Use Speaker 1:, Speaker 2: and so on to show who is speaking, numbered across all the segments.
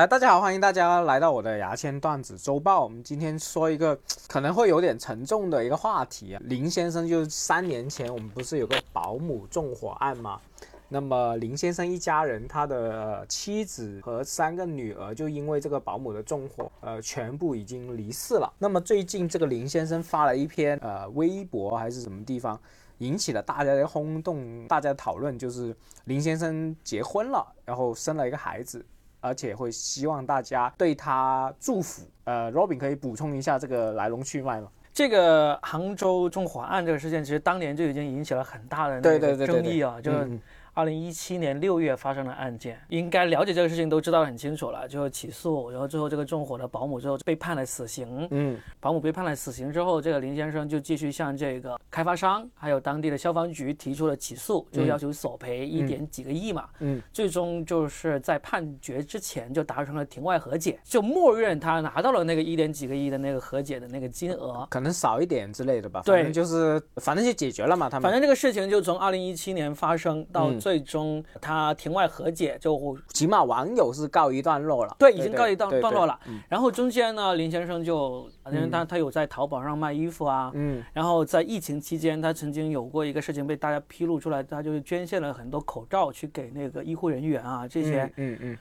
Speaker 1: 哎，大家好，欢迎大家来到我的牙签段子周报。我们今天说一个可能会有点沉重的一个话题啊。林先生就是三年前我们不是有个保姆纵火案吗？那么林先生一家人，他的、呃妻子和三个女儿就因为这个保姆的纵火，呃，全部已经离世了。那么最近这个林先生发了一篇呃微博还是什么地方，引起了大家的轰动，大家讨论就是林先生结婚了，然后生了一个孩子，而且会希望大家对他祝福。呃，Robin 可以补充一下这个来龙去脉吗？
Speaker 2: 这个杭州纵火案这个事件，其实当年就已经引起了很大的
Speaker 1: 对
Speaker 2: 那
Speaker 1: 对对对
Speaker 2: 个
Speaker 1: 嗯
Speaker 2: 争
Speaker 1: 对
Speaker 2: 议啊，就是二零一七年六月发生的案件，应该了解这个事情都知道得很清楚了，就是起诉，然后最后这个纵火的保姆最后被判了死刑，
Speaker 1: 嗯，
Speaker 2: 保姆被判了死刑之后，这个林先生就继续向这个开发商还有当地的消防局提出了起诉，就要求索赔一点几个亿嘛。
Speaker 1: 嗯，
Speaker 2: 最终就是在判决之前就达成了庭外和解，就默认他拿到了那个一点几个亿的那个和解的那个金额。
Speaker 1: 可能少一点之类的吧。
Speaker 2: 对
Speaker 1: 反正就是反正就解决了嘛，他们。嗯
Speaker 2: 反正这个事情就从二零一七年发生到最终他庭外和解，就
Speaker 1: 起码网友是告一段落了，
Speaker 2: 对，已经告一段
Speaker 1: 对
Speaker 2: 段落。了
Speaker 1: 对对。嗯
Speaker 2: 然后中间呢，林先生就，呃因为他他有在淘宝上卖衣服啊，
Speaker 1: 嗯，
Speaker 2: 然后在疫情期间，他曾经有过一个事情被大家披露出来，他就是捐献了很多口罩去给那个医护人员啊，这些
Speaker 1: 嗯嗯嗯，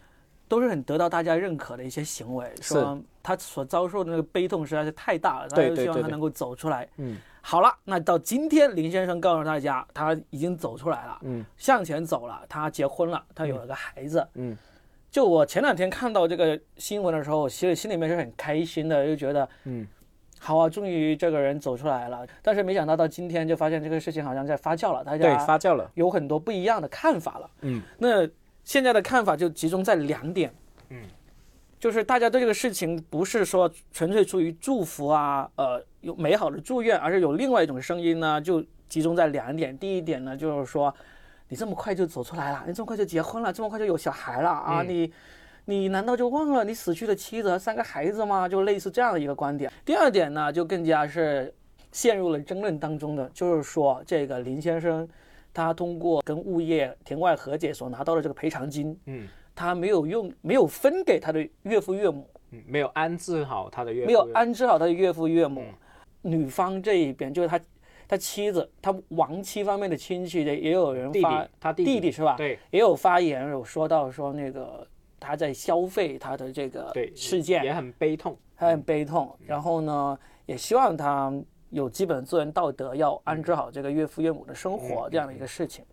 Speaker 2: 都是很得到大家认可的一些行为，
Speaker 1: 是
Speaker 2: 说他所遭受的那个悲痛实在是太大了，大家
Speaker 1: 对
Speaker 2: 就
Speaker 1: 对
Speaker 2: 希望
Speaker 1: 对
Speaker 2: 他
Speaker 1: 对
Speaker 2: 能够走出来。
Speaker 1: 嗯，
Speaker 2: 好了，那到今天林先生告诉大家，他已经走出来了，
Speaker 1: 嗯，
Speaker 2: 向前走了，他结婚了，他有了个孩子，
Speaker 1: 嗯，
Speaker 2: 就我前两天看到这个新闻的时候，其实心里面是很开心的，就觉得，
Speaker 1: 嗯。
Speaker 2: 好啊，终于这个人走出来了，但是没想到到今天就发现这个事情好像在发酵了，大
Speaker 1: 对
Speaker 2: 家，
Speaker 1: 发酵了。
Speaker 2: 有很多不一样的看法了。
Speaker 1: 嗯，
Speaker 2: 那现在的看法就集中在两点。嗯，就是大家对这个事情不是说纯粹出于祝福啊，呃，有美好的祝愿，而是有另外一种声音呢，就集中在两点。第一点呢，就是说你这么快就走出来了，你这么快就结婚了，这么快就有小孩了啊，你。你难道就忘了你死去的妻子和三个孩子吗？就类似这样的一个观点。第二点呢，就更加是陷入了争论当中的，就是说这个林先生他通过跟物业庭外和解所拿到的这个赔偿金，
Speaker 1: 嗯
Speaker 2: 他没有用，没有分给他的岳父岳母，
Speaker 1: 嗯，没有安置好他的岳父，
Speaker 2: 没有安置好他的岳父岳
Speaker 1: 嗯
Speaker 2: 母。女方这一边就是他，他妻子，他亡妻方面的亲戚的也有人
Speaker 1: 弟
Speaker 2: 发
Speaker 1: 弟，他弟弟
Speaker 2: 是吧？
Speaker 1: 对
Speaker 2: 也有发言有说到说那个他在消费他的这个
Speaker 1: 对
Speaker 2: 事件，
Speaker 1: 也很悲痛。
Speaker 2: 他很悲痛，然后呢，也希望他有基本做人道德，要安置好这个岳父岳母的生活这样的一个事情。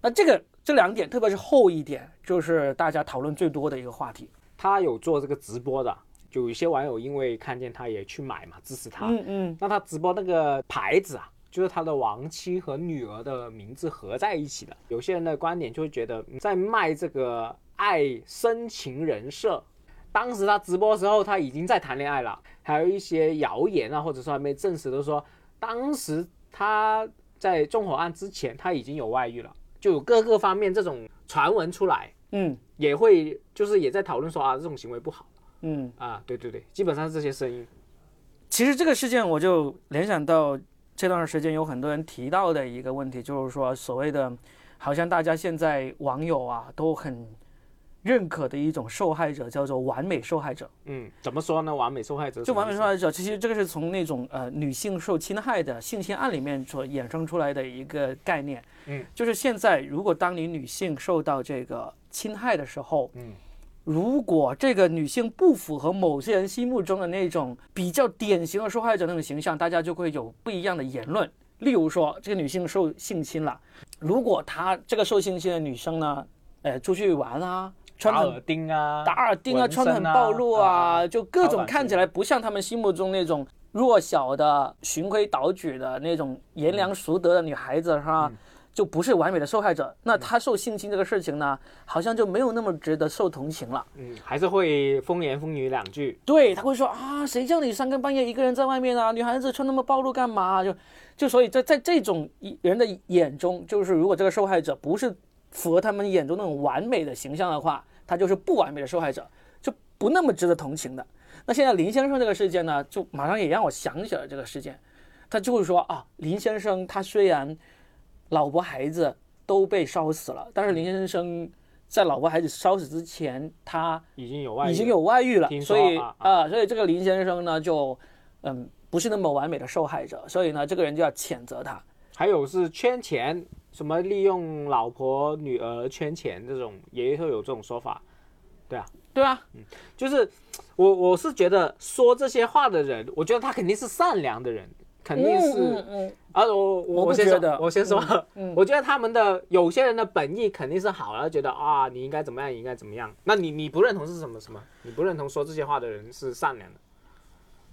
Speaker 2: 那这个这两点，特别是后一点，就是大家讨论最多的一个话题。
Speaker 1: 他有做这个直播的，就有一些网友因为看见他也去买嘛，支持他。
Speaker 2: 嗯嗯，
Speaker 1: 那他直播那个牌子啊，就是他的亡妻和女儿的名字合在一起的。有些人的观点就会觉得，嗯在卖这个爱深情人设。当时他直播的时候，他已经在谈恋爱了，还有一些谣言啊，或者说还没证实的说，当时他在纵火案之前他已经有外遇了，就有各个方面这种传闻出来，
Speaker 2: 嗯
Speaker 1: 也会就是也在讨论说啊，这种行为不好
Speaker 2: 嗯。
Speaker 1: 啊，对对对，基本上是这些声音，
Speaker 2: 其实这个事件，我就联想到这段时间有很多人提到的一个问题，就是说所谓的，好像大家现在网友啊都很认可的一种受害者，叫做完美受害者。
Speaker 1: 嗯，怎么说呢？完美受害者是嗯
Speaker 2: 就
Speaker 1: 什么
Speaker 2: 完美
Speaker 1: 意思
Speaker 2: 受害者，其实这个是从那种呃女性受侵害的性侵案里面所衍生出来的一个概念。
Speaker 1: 嗯，
Speaker 2: 就是现在如果当你女性受到这个侵害的时候，
Speaker 1: 嗯，
Speaker 2: 如果这个女性不符合某些人心目中的那种比较典型的受害者那种形象，大家就会有不一样的言论。例如说，这个女性受性侵了，如果她这个受性侵的女生呢，呃，出去玩啊，穿
Speaker 1: 打
Speaker 2: 很
Speaker 1: 耳钉啊，
Speaker 2: 打耳钉啊，
Speaker 1: 纹
Speaker 2: 穿的很
Speaker 1: 身啊
Speaker 2: 暴露啊，
Speaker 1: 啊
Speaker 2: 就各
Speaker 1: 老
Speaker 2: 种
Speaker 1: 板
Speaker 2: 看
Speaker 1: 是
Speaker 2: 起来不像他们心目中那种弱小的、循规蹈矩的那种贤良淑德的女孩子，是
Speaker 1: 嗯
Speaker 2: 吧？就不是完美的受害者。那她受性侵这个事情呢，好像就没有那么值得受同情了。
Speaker 1: 嗯，还是会风言风语两句，
Speaker 2: 对，他会说啊，谁叫你三更半夜一个人在外面啊？女孩子穿那么暴露干嘛？就就所以在在这种人的眼中，就是如果这个受害者不是符合他们眼中那种完美的形象的话，他就是不完美的受害者，就不那么值得同情的。那现在林先生这个事件呢，就马上也让我想起了这个事件，他就会说啊，林先生他虽然老婆孩子都被烧死了，但是林先生在老婆孩子烧死之前，他
Speaker 1: 已经有外
Speaker 2: 已经
Speaker 1: 遇
Speaker 2: 有外遇了，
Speaker 1: 听说
Speaker 2: 所以
Speaker 1: 啊
Speaker 2: 啊，所以这个林先生呢，就嗯不是那么完美的受害者，所以呢，这个人就要谴责他。
Speaker 1: 还有是圈钱，什么利用老婆女儿圈钱这种，也会有这种说法。
Speaker 2: 对啊，
Speaker 1: 就是我我是觉得说这些话的人，我觉得他肯定是善良的人，肯定是、
Speaker 2: 嗯嗯嗯，
Speaker 1: 啊，我
Speaker 2: 我
Speaker 1: 我
Speaker 2: 不
Speaker 1: 先
Speaker 2: 觉
Speaker 1: 说，
Speaker 2: 得
Speaker 1: 我先说，
Speaker 2: 嗯
Speaker 1: 我觉得他们的有些人的本意肯定是好的，觉得啊你应该怎么样，你应该怎么样。那你你不认同是什么什么？你不认同说这些话的人是善良的？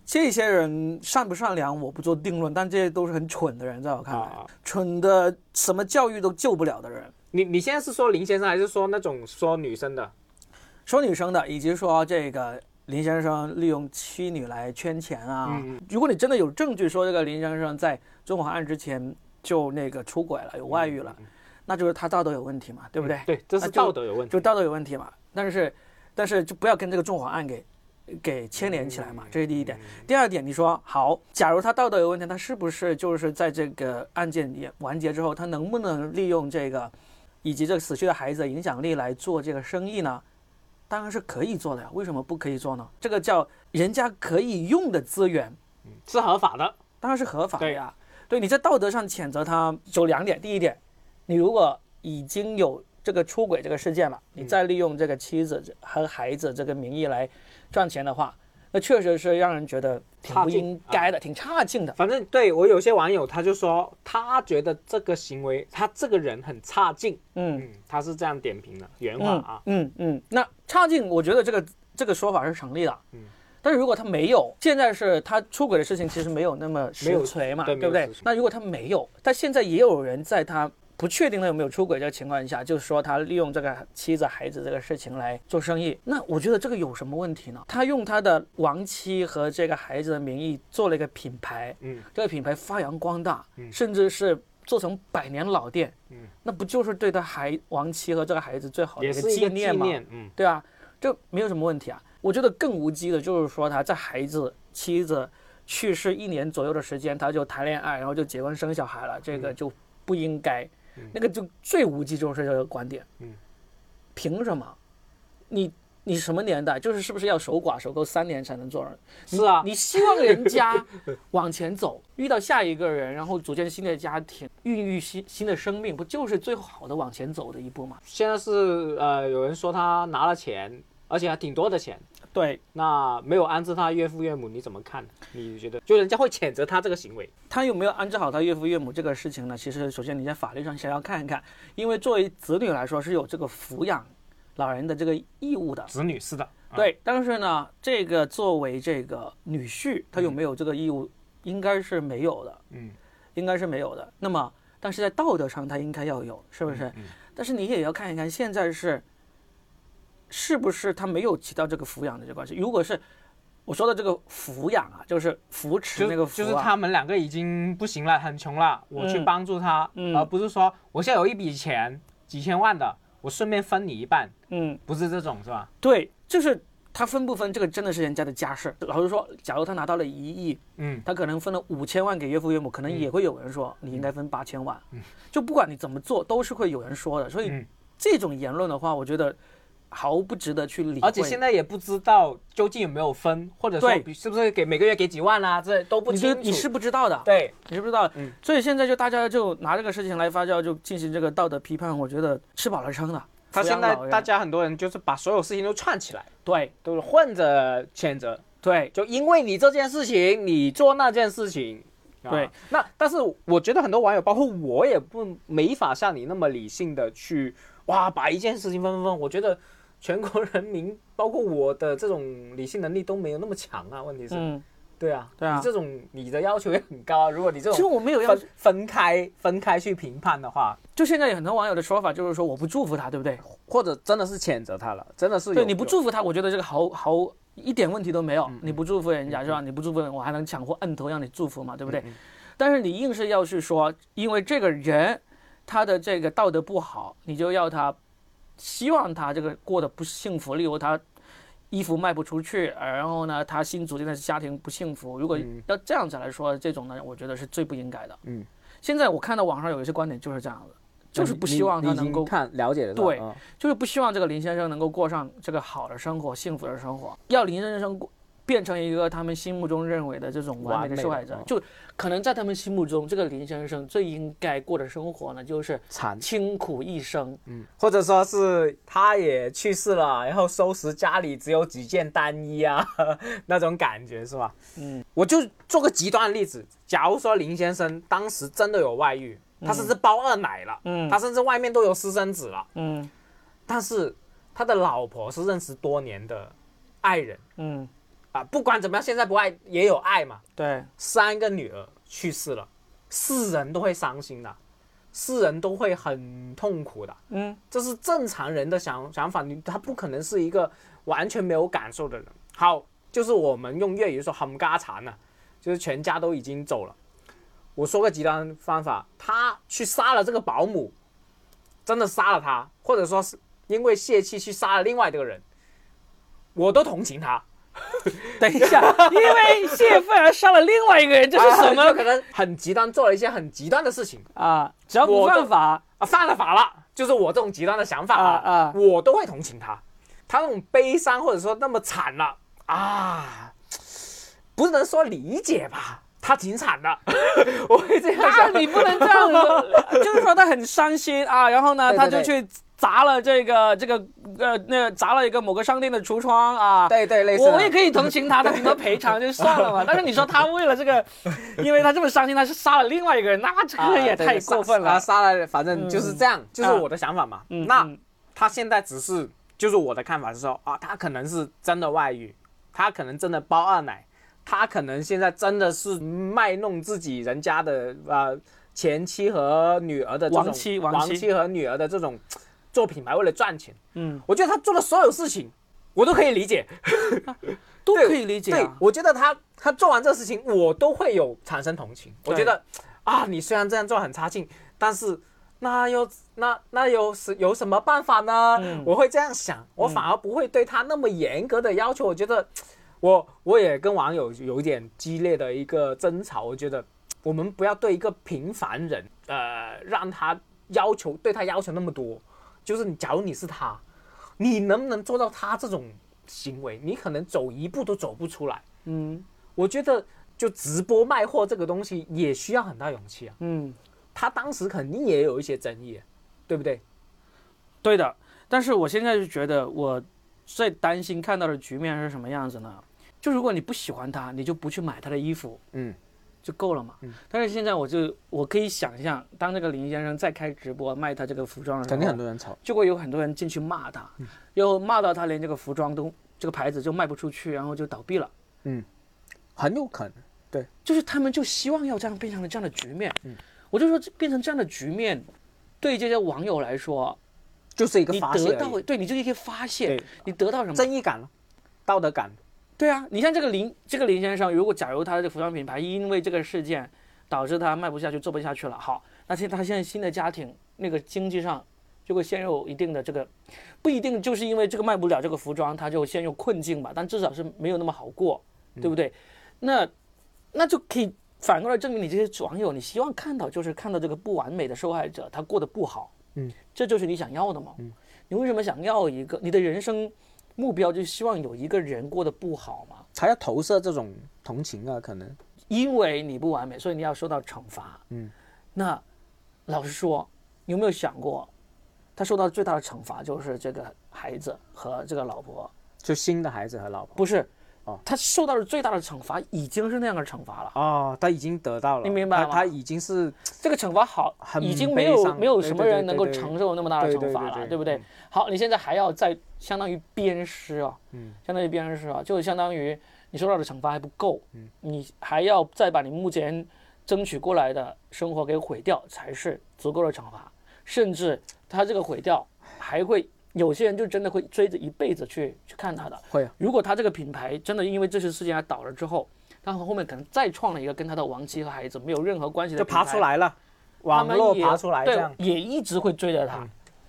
Speaker 2: 这些人善不善良，我不做定论，但这些都是很蠢的人，在我看来，
Speaker 1: 啊
Speaker 2: 蠢的什么教育都救不了的人。
Speaker 1: 你你现在是说林先生，还是说那种说女生的？
Speaker 2: 说女生的，以及说这个林先生利用妻女来圈钱啊。
Speaker 1: 嗯
Speaker 2: 如果你真的有证据说这个林先生在中华案之前就那个出轨了，有外遇了，
Speaker 1: 嗯
Speaker 2: 那就是他道德有问题嘛，对不对？
Speaker 1: 对，这是
Speaker 2: 哎那就
Speaker 1: 道德有问题。
Speaker 2: 就道德有问题嘛。但是，但是就不要跟这个纵火案给给牵连起来
Speaker 1: 嗯
Speaker 2: 嘛，这是第一点。第二点，你说好，假如他道德有问题，他是不是就是在这个案件也完结之后，他能不能利用这个以及这个死去的孩子的影响力来做这个生意呢？当然是可以做的呀，为什么不可以做呢？这个叫人家可以用的资源，
Speaker 1: 是合法的。
Speaker 2: 当然是合法的呀。对你在道德上谴责他有两点，第一点，你如果已经有这个出轨这个事件了，
Speaker 1: 嗯
Speaker 2: 你再利用这个妻子和孩子这个名义来赚钱的话，那确实是让人觉得挺
Speaker 1: 差
Speaker 2: 不
Speaker 1: 劲啊
Speaker 2: 应该的，挺差劲的。
Speaker 1: 反正对我有些网友他就说，他觉得这个行为，他这个人很差劲。
Speaker 2: 嗯
Speaker 1: 嗯，他是这样点评的原话
Speaker 2: 嗯
Speaker 1: 啊。
Speaker 2: 嗯嗯，那差劲，我觉得这个这个说法是成立的。嗯。但是如果他没有，现在是他出轨的事情，其实没有那么
Speaker 1: 没
Speaker 2: 实
Speaker 1: 有
Speaker 2: 锤嘛，
Speaker 1: 对
Speaker 2: 对
Speaker 1: 没
Speaker 2: 不
Speaker 1: 有
Speaker 2: 对
Speaker 1: 实锤？
Speaker 2: 那如果他没有，但现在也有人在他不确定他有没有出轨这个情况下，就是说他利用这个妻子、孩子这个事情来做生意，那我觉得这个有什么问题呢？他用他的亡妻和这个孩子的名义做了一个品牌，
Speaker 1: 嗯，
Speaker 2: 这个品牌发扬光大，甚至是做成百年老店，
Speaker 1: 嗯，
Speaker 2: 那不就是对他孩亡妻和这个孩子最好的
Speaker 1: 也
Speaker 2: 一嗯哦个
Speaker 1: 是一个
Speaker 2: 纪
Speaker 1: 纪
Speaker 2: 念吗？
Speaker 1: 念。嗯，
Speaker 2: 对啊，这没有什么问题啊。我觉得更无稽的就是说他在孩子妻子去世一年左右的时间，他就谈恋爱，然后就结婚生小孩了，这
Speaker 1: 嗯
Speaker 2: 个就不应该。那个就最无稽就是这个观点。
Speaker 1: 嗯，
Speaker 2: 凭什么？你你什么年代？就是是不是要守寡守够三年才能做人？
Speaker 1: 是啊，
Speaker 2: 你希望人 家往前走，遇到下一个人，然后组建新的家庭，孕育新新的生命，不就是最好的往前走的一步吗？
Speaker 1: 现在是呃，有人说他拿了钱，而且还挺多的钱，
Speaker 2: 对，
Speaker 1: 那没有安置他岳父岳母，你怎么看？你觉得就人家会谴责他这个行为？
Speaker 2: 他有没有安置好他岳父岳母这个事情呢？其实，首先你在法律上先要看一看，因为作为子女来说是有这个抚养老人的这个义务的。
Speaker 1: 子女是的，
Speaker 2: 对，但是呢，这个作为这个女婿，他有没有这个义务，应该是没有的。
Speaker 1: 嗯，
Speaker 2: 应该是没有的。那么，但是在道德上他应该要有，
Speaker 1: 嗯
Speaker 2: 是不是？但是你也要看一看现在是是不是他没有起到这个抚养的这个关系。如果是我说的这个抚养啊，就是扶持
Speaker 1: 就
Speaker 2: 那个扶、啊、
Speaker 1: 就是他们两个已经不行了，很穷了，我去
Speaker 2: 嗯
Speaker 1: 帮助他，
Speaker 2: 嗯
Speaker 1: 而不是说我现在有一笔钱几千万的，我顺便分你一半，
Speaker 2: 嗯。
Speaker 1: 不是这种是吧？
Speaker 2: 对，就是他分不分，这个真的是人家的家事。老实说，假如他拿到了一亿，
Speaker 1: 嗯，
Speaker 2: 他可能分了五千万给岳父岳母，可能也会有人说、你应
Speaker 1: 嗯
Speaker 2: 该分八千万。就不管你怎么做，都是会有人说的。所以、
Speaker 1: 嗯
Speaker 2: 这种言论的话，我觉得毫不值得去理会。
Speaker 1: 而且现在也不知道究竟有没有分，或者说
Speaker 2: 对
Speaker 1: 比是不是给每个月给几万啊，这都不
Speaker 2: 你
Speaker 1: 清
Speaker 2: 是
Speaker 1: 楚。
Speaker 2: 你是不知道的，
Speaker 1: 对，
Speaker 2: 你是不知道的。
Speaker 1: 嗯
Speaker 2: 所以现在就大家就拿这个事情来发酵，就进行这个道德批判，我觉得吃饱了撑的。
Speaker 1: 他
Speaker 2: 抚
Speaker 1: 现
Speaker 2: 养
Speaker 1: 在
Speaker 2: 老人
Speaker 1: 大家很多人就是把所有事情都串起来，
Speaker 2: 对
Speaker 1: 都是混着谴责。
Speaker 2: 对
Speaker 1: 就因为你这件事情，你做那件事情。啊
Speaker 2: 对，
Speaker 1: 那但是我觉得很多网友，包括我也不没法像你那么理性的去哇把一件事情分分分。我觉得全国人民，包括我的这种理性能力都没有那么强啊。问题是，
Speaker 2: 嗯，
Speaker 1: 对啊，
Speaker 2: 对啊
Speaker 1: 你这种你的要求也很高啊。如果你这
Speaker 2: 其实
Speaker 1: 种
Speaker 2: 我没有要
Speaker 1: 分分开分开去评判的话，
Speaker 2: 就现在有很多网友的说法就是说我不祝福他，对不对？
Speaker 1: 或者真的是谴责他了，真的是
Speaker 2: 对
Speaker 1: 有
Speaker 2: 你不
Speaker 1: 有
Speaker 2: 祝福他，我觉得这个毫毫一点问题都
Speaker 1: 嗯
Speaker 2: 没有。你不祝福人家是吧？你不祝福人，我还能强迫摁头让你祝福嘛，对不
Speaker 1: 嗯
Speaker 2: 对？但是你硬是要去说，因为这个人他的这个道德不好，你就要他希望他这个过得不幸福，例如他。衣服卖不出去，呃然后呢，他新组建的家庭不幸福。如果要这样子来说，这种呢，我觉得是最不应该的。
Speaker 1: 嗯，
Speaker 2: 现在我看到网上有一些观点就是这样子，就是不希望
Speaker 1: 你
Speaker 2: 他
Speaker 1: 已
Speaker 2: 能
Speaker 1: 经
Speaker 2: 够
Speaker 1: 看了解了，
Speaker 2: 对
Speaker 1: 嗯
Speaker 2: 就是不希望这个林先生能够过上这个好的生活、幸福的生活，要林先生过变成一个他们心目中认为的这种完美的受害者
Speaker 1: 完美，嗯
Speaker 2: 就可能在他们心目中，这个林先生最应该过的生活呢，就是
Speaker 1: 惨，
Speaker 2: 清苦一生。
Speaker 1: 嗯，或者说是他也去世了，然后收拾家里只有几件单衣啊 那种感觉是吧？
Speaker 2: 嗯，
Speaker 1: 我就做个极端的例子，假如说林先生当时真的有外遇，他甚至包二奶了，
Speaker 2: 嗯
Speaker 1: 他甚至外面都有私生子了，
Speaker 2: 嗯
Speaker 1: 但是他的老婆是认识多年的爱人
Speaker 2: 嗯，
Speaker 1: 啊，不管怎么样，现在不爱也有爱嘛，
Speaker 2: 对，
Speaker 1: 三个女儿去世了，是人都会伤心的，是人都会很痛苦的，
Speaker 2: 嗯
Speaker 1: 这是正常人的想想法，你他不可能是一个完全没有感受的人。好，就是我们用粤语说“冚家铲”呢，就是全家都已经走了。我说个极端方法，他去杀了这个保姆，真的杀了他，或者说是因为泄气去杀了另外一个人，我都同情他。
Speaker 2: 等一下，因为泄愤而杀了另外一个人，这是什
Speaker 1: 啊就
Speaker 2: 么
Speaker 1: 可能很极端，做了一些很极端的事情
Speaker 2: 啊？只要不
Speaker 1: 我
Speaker 2: 犯
Speaker 1: 都
Speaker 2: 法，
Speaker 1: 啊，犯了法了，就是我这种极端的想法
Speaker 2: 啊啊
Speaker 1: 我都会同情他，他那种悲伤或者说那么惨了啊，不能说理解吧，他挺惨的， 我会这样
Speaker 2: 那
Speaker 1: 想。
Speaker 2: 你不能这样说，就是说他很伤心啊，然后呢，
Speaker 1: 对对
Speaker 2: 他就
Speaker 1: 对
Speaker 2: 去砸了这个这个呃那砸了一个某个商店的橱窗啊。
Speaker 1: 对对，类似
Speaker 2: 我我也
Speaker 1: 以，
Speaker 2: 可以同情他，他顶多赔偿就 算了嘛。但是你说他为了这个，因为他这么伤心，他是杀了另外一个人，那这
Speaker 1: 啊
Speaker 2: 个 也
Speaker 1: 对
Speaker 2: 太
Speaker 1: 对
Speaker 2: 过
Speaker 1: 杀
Speaker 2: 分了
Speaker 1: 啊。杀了，反正就是这样，就是
Speaker 2: 啊
Speaker 1: 我的想法嘛。
Speaker 2: 嗯
Speaker 1: 那
Speaker 2: 嗯
Speaker 1: 他现在只是，就是我的看法是说啊，他可能是真的外遇，他可能真的包二奶，他可能现在真的是卖弄自己人家的呃前妻和女儿的这种
Speaker 2: 亡妻亡
Speaker 1: 亡
Speaker 2: 妻
Speaker 1: 和女儿的这种做品牌为了赚钱。
Speaker 2: 嗯，
Speaker 1: 我觉得他做的所有事情，我都可以理解。
Speaker 2: 都
Speaker 1: 对
Speaker 2: 可以理解
Speaker 1: 对
Speaker 2: 啊，。
Speaker 1: 我觉得他他做完这事情，我都会有产生同情。我
Speaker 2: 对
Speaker 1: 觉得啊，你虽然这样做很差劲，但是那又那那有什有什么办法呢？我会这样想，我反而不会对他那么严格的要求。我觉得我我也跟网友有一点激烈的一个争吵，我觉得我们不要对一个平凡人，呃，让他要求对他要求那么多。就是你，假如你是他，你能不能做到他这种行为？你可能走一步都走不出来。
Speaker 2: 嗯
Speaker 1: 我觉得，就直播卖货这个东西也需要很大勇气啊。
Speaker 2: 嗯，
Speaker 1: 他当时肯定也有一些争议，对不对？
Speaker 2: 对的。但是我现在就觉得，我最担心看到的局面是什么样子呢？就如果你不喜欢他，你就不去买他的衣服。
Speaker 1: 嗯，
Speaker 2: 就够了嘛。但是现在我就我可以想象，当这个林先生再开直播卖他这个服装的时候，
Speaker 1: 肯定很多人吵。
Speaker 2: 就会有很多人进去骂他，
Speaker 1: 嗯
Speaker 2: 然后骂到他连这个服装都这个牌子就卖不出去，然后就倒闭了。
Speaker 1: 很有可能。对，
Speaker 2: 就是他们就希望要这样变成了这样的局面。
Speaker 1: 嗯
Speaker 2: 我就说这变成这样的局面，对这些网友来说，
Speaker 1: 就是一个
Speaker 2: 你
Speaker 1: 发
Speaker 2: 得
Speaker 1: 泄
Speaker 2: 到
Speaker 1: 而已，
Speaker 2: 对你就是一个发泄
Speaker 1: 对，
Speaker 2: 你得到什么？
Speaker 1: 正义感了，道德感。
Speaker 2: 对啊，你像这个林这个林先生，如果假如他的这个服装品牌因为这个事件导致他卖不下去、做不下去了，好，那现他现在新的家庭那个经济上就会陷入一定的这个，不一定就是因为这个卖不了这个服装，他就陷入困境吧，但至少是没有那么好过，对不对？那那就可以反过来证明你这些网友，你希望看到就是看到这个不完美的受害者他过得不好，
Speaker 1: 嗯，
Speaker 2: 这就是你想要的吗？嗯，你为什么想要一个你的人生？目标就希望有一个人过得不好嘛，
Speaker 1: 才要投射这种同情啊，可能
Speaker 2: 因为你不完美，所以你要受到惩罚。嗯，那老实说，你有没有想过，他受到最大的惩罚就是这个孩子和这个老婆？
Speaker 1: 就新的孩子和老婆
Speaker 2: 不是，
Speaker 1: 哦
Speaker 2: 他受到的最大的惩罚已经是那样的惩罚了。
Speaker 1: 哦，他已经得到了，
Speaker 2: 你明白
Speaker 1: 他
Speaker 2: 吗
Speaker 1: 他已经是
Speaker 2: 这个惩罚好，
Speaker 1: 很
Speaker 2: 已经
Speaker 1: 悲
Speaker 2: 没有
Speaker 1: 伤
Speaker 2: 没有
Speaker 1: 对
Speaker 2: 什
Speaker 1: 对
Speaker 2: 么
Speaker 1: 对
Speaker 2: 人能
Speaker 1: 对
Speaker 2: 够
Speaker 1: 对
Speaker 2: 承受那么大的
Speaker 1: 对
Speaker 2: 惩
Speaker 1: 对
Speaker 2: 罚
Speaker 1: 对
Speaker 2: 了，
Speaker 1: 对
Speaker 2: 不对
Speaker 1: 嗯？
Speaker 2: 好，你现在还要再相当于鞭尸啊，嗯，相当于鞭尸啊，就相当于你受到的惩罚还不够，嗯，你还要再把你目前争取过来的生活给毁掉，才是足够的惩罚。甚至他这个毁掉，还会有些人就真的会追着一辈子去去看他的。
Speaker 1: 会啊
Speaker 2: 如果他这个品牌真的因为这次事件而倒了之后，他后面可能再创了一个跟他的亡妻和孩子没有任何关系的
Speaker 1: 就
Speaker 2: 品牌
Speaker 1: 爬出来了，
Speaker 2: 他
Speaker 1: 网
Speaker 2: 们
Speaker 1: 络
Speaker 2: 也
Speaker 1: 爬出来这
Speaker 2: 对
Speaker 1: 样。，
Speaker 2: 也一直会追着他，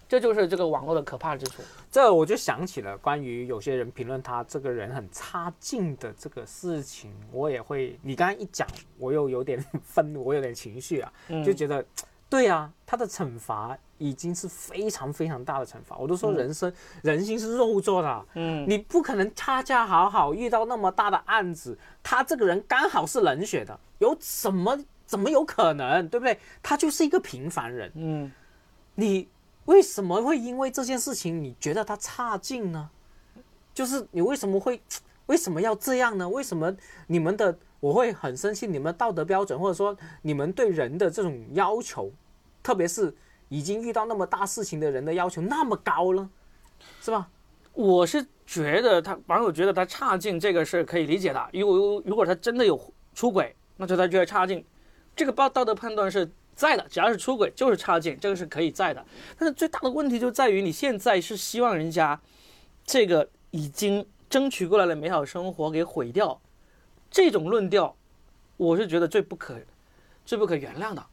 Speaker 2: 这就是这个网络的可怕之处。
Speaker 1: 这我就想起了关于有些人评论他这个人很差劲的这个事情，
Speaker 2: 嗯
Speaker 1: 我也会，你刚刚一讲，我又有点愤怒，我有点情绪啊，就觉得对啊，他的惩罚已经是非常非常大的惩罚。我都说人生、人心是肉做的，啊
Speaker 2: 嗯，
Speaker 1: 你不可能恰恰好好遇到那么大的案子，他这个人刚好是冷血的，有什么怎么有可能，对不对？他就是一个平凡人，
Speaker 2: 嗯，
Speaker 1: 你为什么会因为这件事情你觉得他差劲呢？就是你为什么会为什么要这样呢？为什么你们的我会很生气？你们的道德标准或者说你们对人的这种要求，特别是已经遇到那么大事情的人的要求那么高了，是吧？
Speaker 2: 我是觉得他网友觉得他差劲，这个是可以理解的。如果如果他真的有出轨，那就他觉得差劲，这个道道德判断是在的，只要是出轨就是差劲，这个是可以在的。但是最大的问题就在于你现在是希望人家这个已经争取过来的美好生活给毁掉，这种论调，我是觉得最不可最不可原谅的。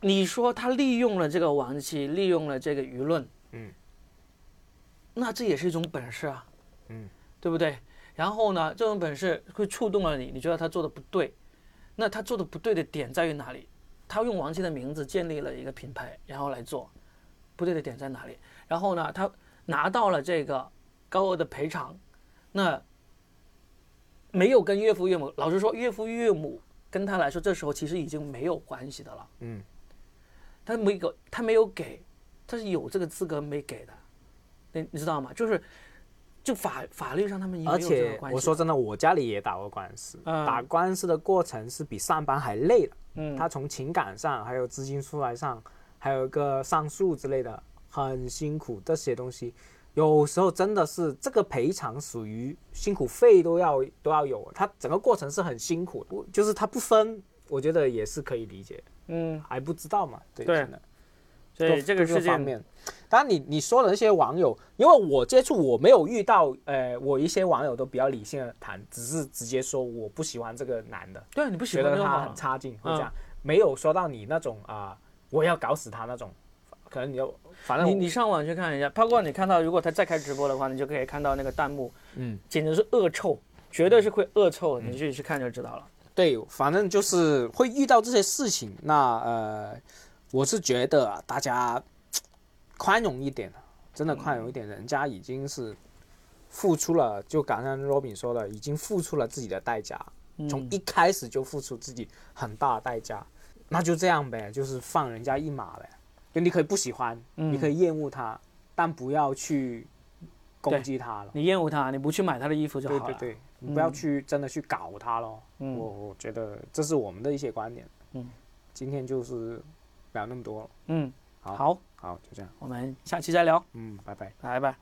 Speaker 2: 你说他利用了这个亡妻，利用了这个舆论，那这也是一种本事啊，
Speaker 1: 嗯，
Speaker 2: 对不对？然后呢，这种本事会触动了你，你觉得他做的不对，那他做的不对的点在于哪里？他用王琦的名字建立了一个品牌，然后来做，不对的点在哪里？然后呢，他拿到了这个高额的赔偿，那没有跟岳父岳母，老实说，岳父岳母跟他来说，这时候其实已经没有关系的了，
Speaker 1: 嗯，
Speaker 2: 他没给，他没有给，他是有这个资格没给的，你你知道吗？就是，就法法律上他们已经
Speaker 1: 而
Speaker 2: 没有这个
Speaker 1: 且
Speaker 2: 关系。
Speaker 1: 我说，真的，我家里也打过官司，
Speaker 2: 嗯
Speaker 1: 打官司的过程是比上班还累的。
Speaker 2: 嗯，
Speaker 1: 他从情感上，还有资金出来上，还有一个上诉之类的，很辛苦。这些东西有时候真的是这个赔偿属于辛苦费都要都要有，他整个过程是很辛苦的，我就是他不分，我觉得也是可以理解，
Speaker 2: 嗯，
Speaker 1: 还不知道嘛，对
Speaker 2: 对
Speaker 1: 可能
Speaker 2: 所
Speaker 1: 各
Speaker 2: 以这个
Speaker 1: 各
Speaker 2: 事
Speaker 1: 方
Speaker 2: 件，
Speaker 1: 面，当然你你说的那些网友，因为我接触我没有遇到，呃，我一些网友都比较理性的谈，只是直接说我不喜欢这个男的，
Speaker 2: 对你不喜
Speaker 1: 觉
Speaker 2: 欢
Speaker 1: 得
Speaker 2: 就
Speaker 1: 他
Speaker 2: 好了嗯
Speaker 1: 很。差劲，会这样，没有说到你那种啊、我要搞死他那种，可能你就反正
Speaker 2: 你
Speaker 1: 我
Speaker 2: 你上网去看一下，包括你看到，如果他再开直播的话，你就可以看到那个弹幕，
Speaker 1: 嗯，
Speaker 2: 简直是恶臭，绝对是会恶臭，你自己去看就知道了。
Speaker 1: 对，反正就是会遇到这些事情。那呃，我是觉得啊大家宽容一点，真的宽容一
Speaker 2: 嗯
Speaker 1: 点，人家已经是付出了，就刚刚 Robin 说的，已经付出了自己的代价，
Speaker 2: 嗯
Speaker 1: 从一开始就付出自己很大的代价，那就这样呗，就是放人家一马呗。就你可以不喜欢，
Speaker 2: 嗯
Speaker 1: 你可以厌恶他，但不要去攻
Speaker 2: 对
Speaker 1: 击他了。
Speaker 2: 你厌恶他，你不去买他的衣服就好
Speaker 1: 对
Speaker 2: 了。嗯
Speaker 1: 对对，你不要去真的去搞他咯。我我觉得这是我们的一些观点。
Speaker 2: 嗯，
Speaker 1: 今天就是聊那么多了，
Speaker 2: 嗯，
Speaker 1: 好
Speaker 2: 好，
Speaker 1: 好，就这样，
Speaker 2: 我们下期再聊，
Speaker 1: 嗯，拜拜。
Speaker 2: 拜拜。